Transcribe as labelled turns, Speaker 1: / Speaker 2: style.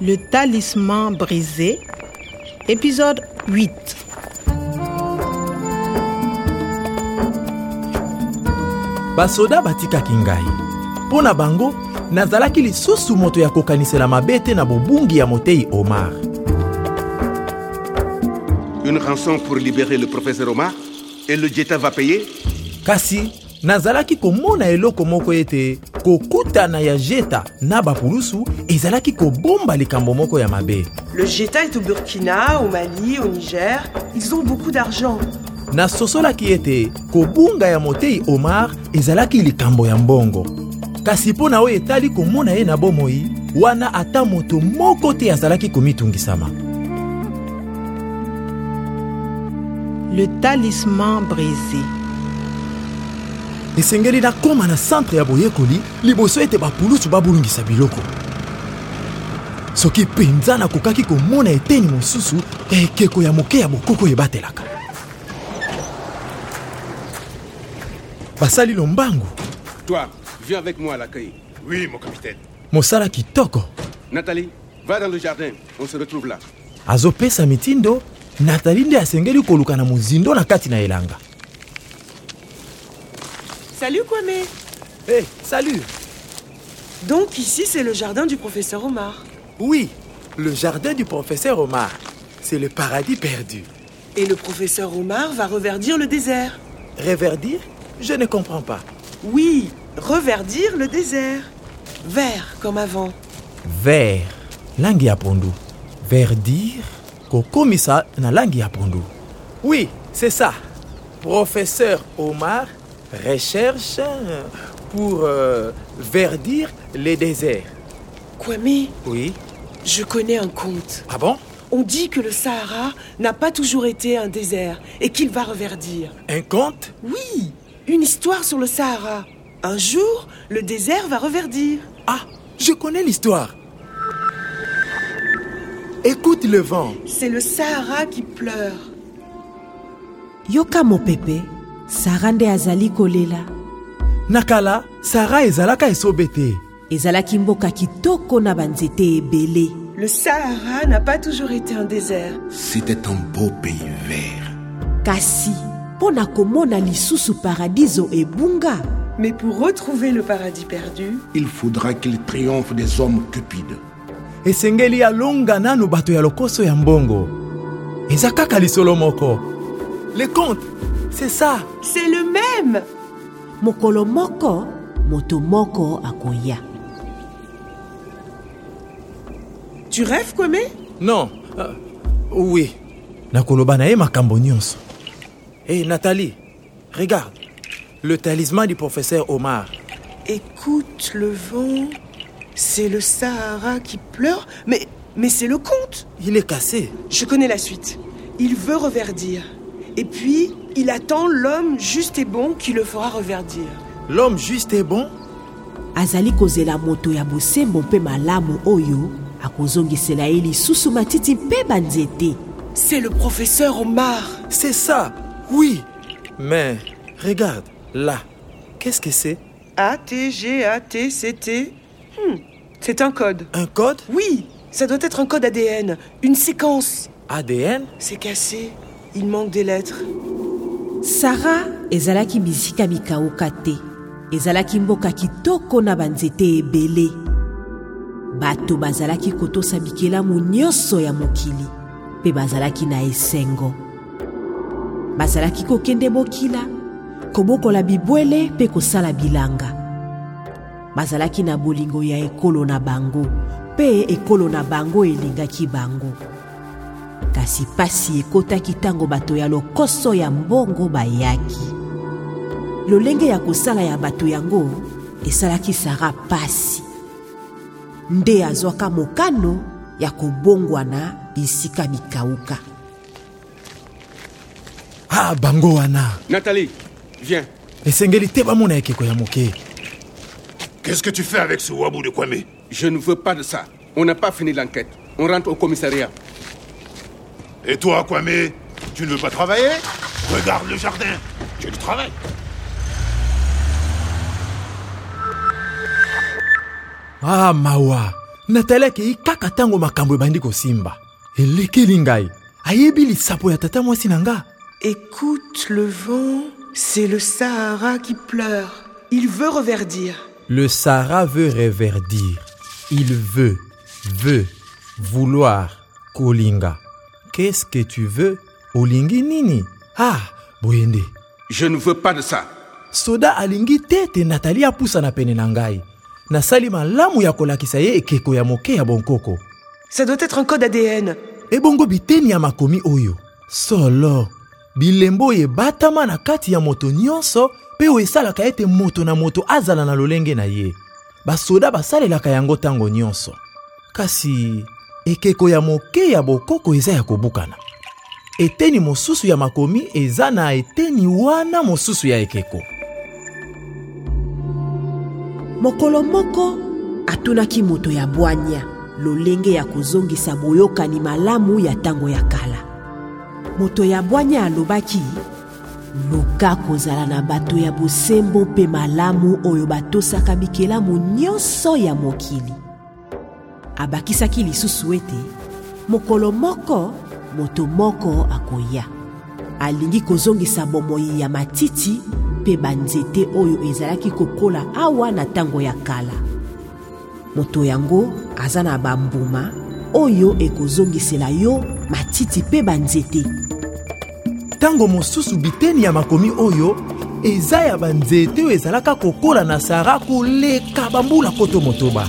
Speaker 1: Le talisman brisé, épisode 8.
Speaker 2: basoda batikaki ngai mpo na bango nazalaki lisusu moto ya kokanisela mabe te na bobungi ya motei omar
Speaker 3: Une rançon pour libérer le professeur Omar et le Jeta va payer
Speaker 2: kasi nazalaki komona eloko moko ete kokutana ya jeta na bapulusu ezalaki kobomba likambo moko ya mabe
Speaker 4: Le Jeta est au Burkina, au Mali, au Niger. Ils ont beaucoup d'argent.
Speaker 2: nasosolaki ete kobunga ya motei omar ezalaki likambo ya mbongo kasi mpo na oyo etali komona ye na bomoi wana ata moto moko te azalaki komitungisama
Speaker 1: Le talisman brisé.
Speaker 2: esengeli nakóma na centre ya boyekoli liboso ete bapulusu babolungisa biloko soki mpenza nakokaki komona eteni mosusu ekeko ya moke ya bokoko ebatelaka basali lombangu
Speaker 3: Toi, viens avec moi à l'accueil.
Speaker 5: Oui, mon capitaine.
Speaker 2: mosala kitoko
Speaker 3: Nathalie, va dans le jardin, on se retrouve là.
Speaker 2: azopesa mitindo natali nde asengeli koluka na mozindo na kati na elanga
Speaker 4: Salut Kwame
Speaker 2: hey, Eh, salut
Speaker 4: Donc ici c'est le jardin du professeur Omar.
Speaker 2: oui le jardin du professeur omar c'est le paradis perdu
Speaker 4: Et le professeur Omar va reverdir le désert.
Speaker 2: reverdir je ne comprends pas
Speaker 4: Oui, reverdir le désert. Vert comme avant.
Speaker 2: vert langi ya pondu verdir kokomisa na langi ya pondu oui c'est ça professeur omar recherche euh, pour euh, verdir les déserts
Speaker 4: Kwame,
Speaker 2: oui
Speaker 4: je connais un conte.
Speaker 2: ah bon
Speaker 4: On dit que le Sahara n'a pas toujours été un désert et qu'il va reverdir.
Speaker 2: un conte
Speaker 4: Oui, une histoire sur le Sahara. Un jour, le désert va reverdir.
Speaker 2: ah je connais l'histoire écoute le vent
Speaker 4: C'est le Sahara qui pleure.
Speaker 6: yoka mopepe sara nde azali kolela
Speaker 2: na kala sara ezalaka esobe te
Speaker 6: ezalaki mboka kitoko na banzete ebele
Speaker 4: Le Sahara n'a pas toujours été un désert.
Speaker 5: C'était un beau pays vert.
Speaker 6: kasi mpo na komona lisusu paradiso ebunga
Speaker 4: Mais pour retrouver le paradis perdu,
Speaker 5: Il faudra qu'il triomphe des hommes cupides.
Speaker 2: esengeli alonga nanu bato ya lokoso ya mbongo eza kaka lisolo moko le conte c'est ça
Speaker 4: c'est le même
Speaker 6: mokolo moko moto moko akoya
Speaker 4: Tu rêves, Kwame
Speaker 2: non euh, oui nakoloba na ye makambo nyonso e hey, nathalie regarde le talisman du professeur omar
Speaker 4: Écoute le vent. C'est le Sahara qui pleure Mais, mais c'est le conte
Speaker 2: il est cassé
Speaker 4: Je connais la suite. Il veut reverdir. Et puis, il attend l'homme juste et bon qui le fera reverdir.
Speaker 2: l'homme juste est bon
Speaker 6: azali kozela moto ya bosembo mpe malamu oyo akozongisela ye lisusu matiti mpe banzete
Speaker 4: C'est le professeur Omar.
Speaker 2: c'est ça oui mais regarde là qu'est-ce que c'est
Speaker 4: A, T, G, A, T, C, T. Hmm, C'est un code.
Speaker 2: un code
Speaker 4: Oui, ça doit être un code ADN, une séquence.
Speaker 2: adn
Speaker 4: C'est cassé, il manque des lettres.
Speaker 6: sara ezalaki bisika mikauka te ezalaki mboka kitoko na banzete ebele bato bazalaki kotosa bikelamu nyonso ya mokili mpe bazalaki na esengo bazalaki kokende bokila kobokola bibwele mpe kosala bilanga bazalaki na bolingo ya ekolo na bango mpe ekolo na bango elingaki bango kasi pasi ekotaki ntango bato ya lokoso ya mbongo bayaki lolenge ya kosala ya bato yango esalaki sara pasi nde azwaka mokano ya kobongwana bisika mikauka
Speaker 2: ah bango wana
Speaker 3: Nathalie, viens.
Speaker 2: esengeli te bamona ekeko ya moke
Speaker 5: Qu'est-ce que tu fais avec ce wabou de Kwame
Speaker 3: Je ne veux pas de ça. On n'a pas fini l'enquête. On rentre au commissariat.
Speaker 5: Et toi, Kwame Tu ne veux pas travailler Regarde le jardin. Tu du travail.
Speaker 2: ah mawa natali akei kaka ntango makambo ebandi kosimba elekeli ngai ayebi lisapo ya tata mwasi na nga
Speaker 4: Écoute le vent, c'est le Sahara qui pleure. Il veut reverdir.
Speaker 2: Le Sahara veut réverdir. Il veut, veut, vouloir, Kolinga. Qu'est-ce que tu veux, Olingi Nini? Ah, Boyende.
Speaker 3: Je ne veux pas de ça.
Speaker 2: Soda alingi tete Nathalie apusana pene na ngai. Nasali malamu ya kolakisa ye ekeko ya moke ya bonkoko.
Speaker 4: Ça doit être un code ADN.
Speaker 2: ebongo biteni ya makomi oyo solo bilembo oyo ebatama na kati ya moto nyonso mpe oyo esalaka ete moto na moto azala na lolenge na ye basoda basalelaka yango ntango nyonso kasi ekeko ya moke ya bokoko eza ya kobukana eteni mosusu ya makomi eza na eteni wana mosusu ya ekeko
Speaker 6: mokolo moko atunaki moto ya bwanya lolenge ya kozongisa boyokani malamu ya ntango ya kala moto ya bwanya alobaki luka kozala na bato ya bosembo mpe malamu oyo batosaka bikelamu nyonso ya mokili abakisaki lisusu ete mokolo moko moto moko akoya alingi kozongisa bomoi ya matiti mpe banzete oyo ezalaki kokola awa na ntango ya kala moto yango aza na bambuma oyo ekozongisela yo matiti mpe banzete
Speaker 2: ntango mosusu biteni ya makomi oyo eza ya banzete oyo ezalaka kokola na sara koleka bambula koto motoba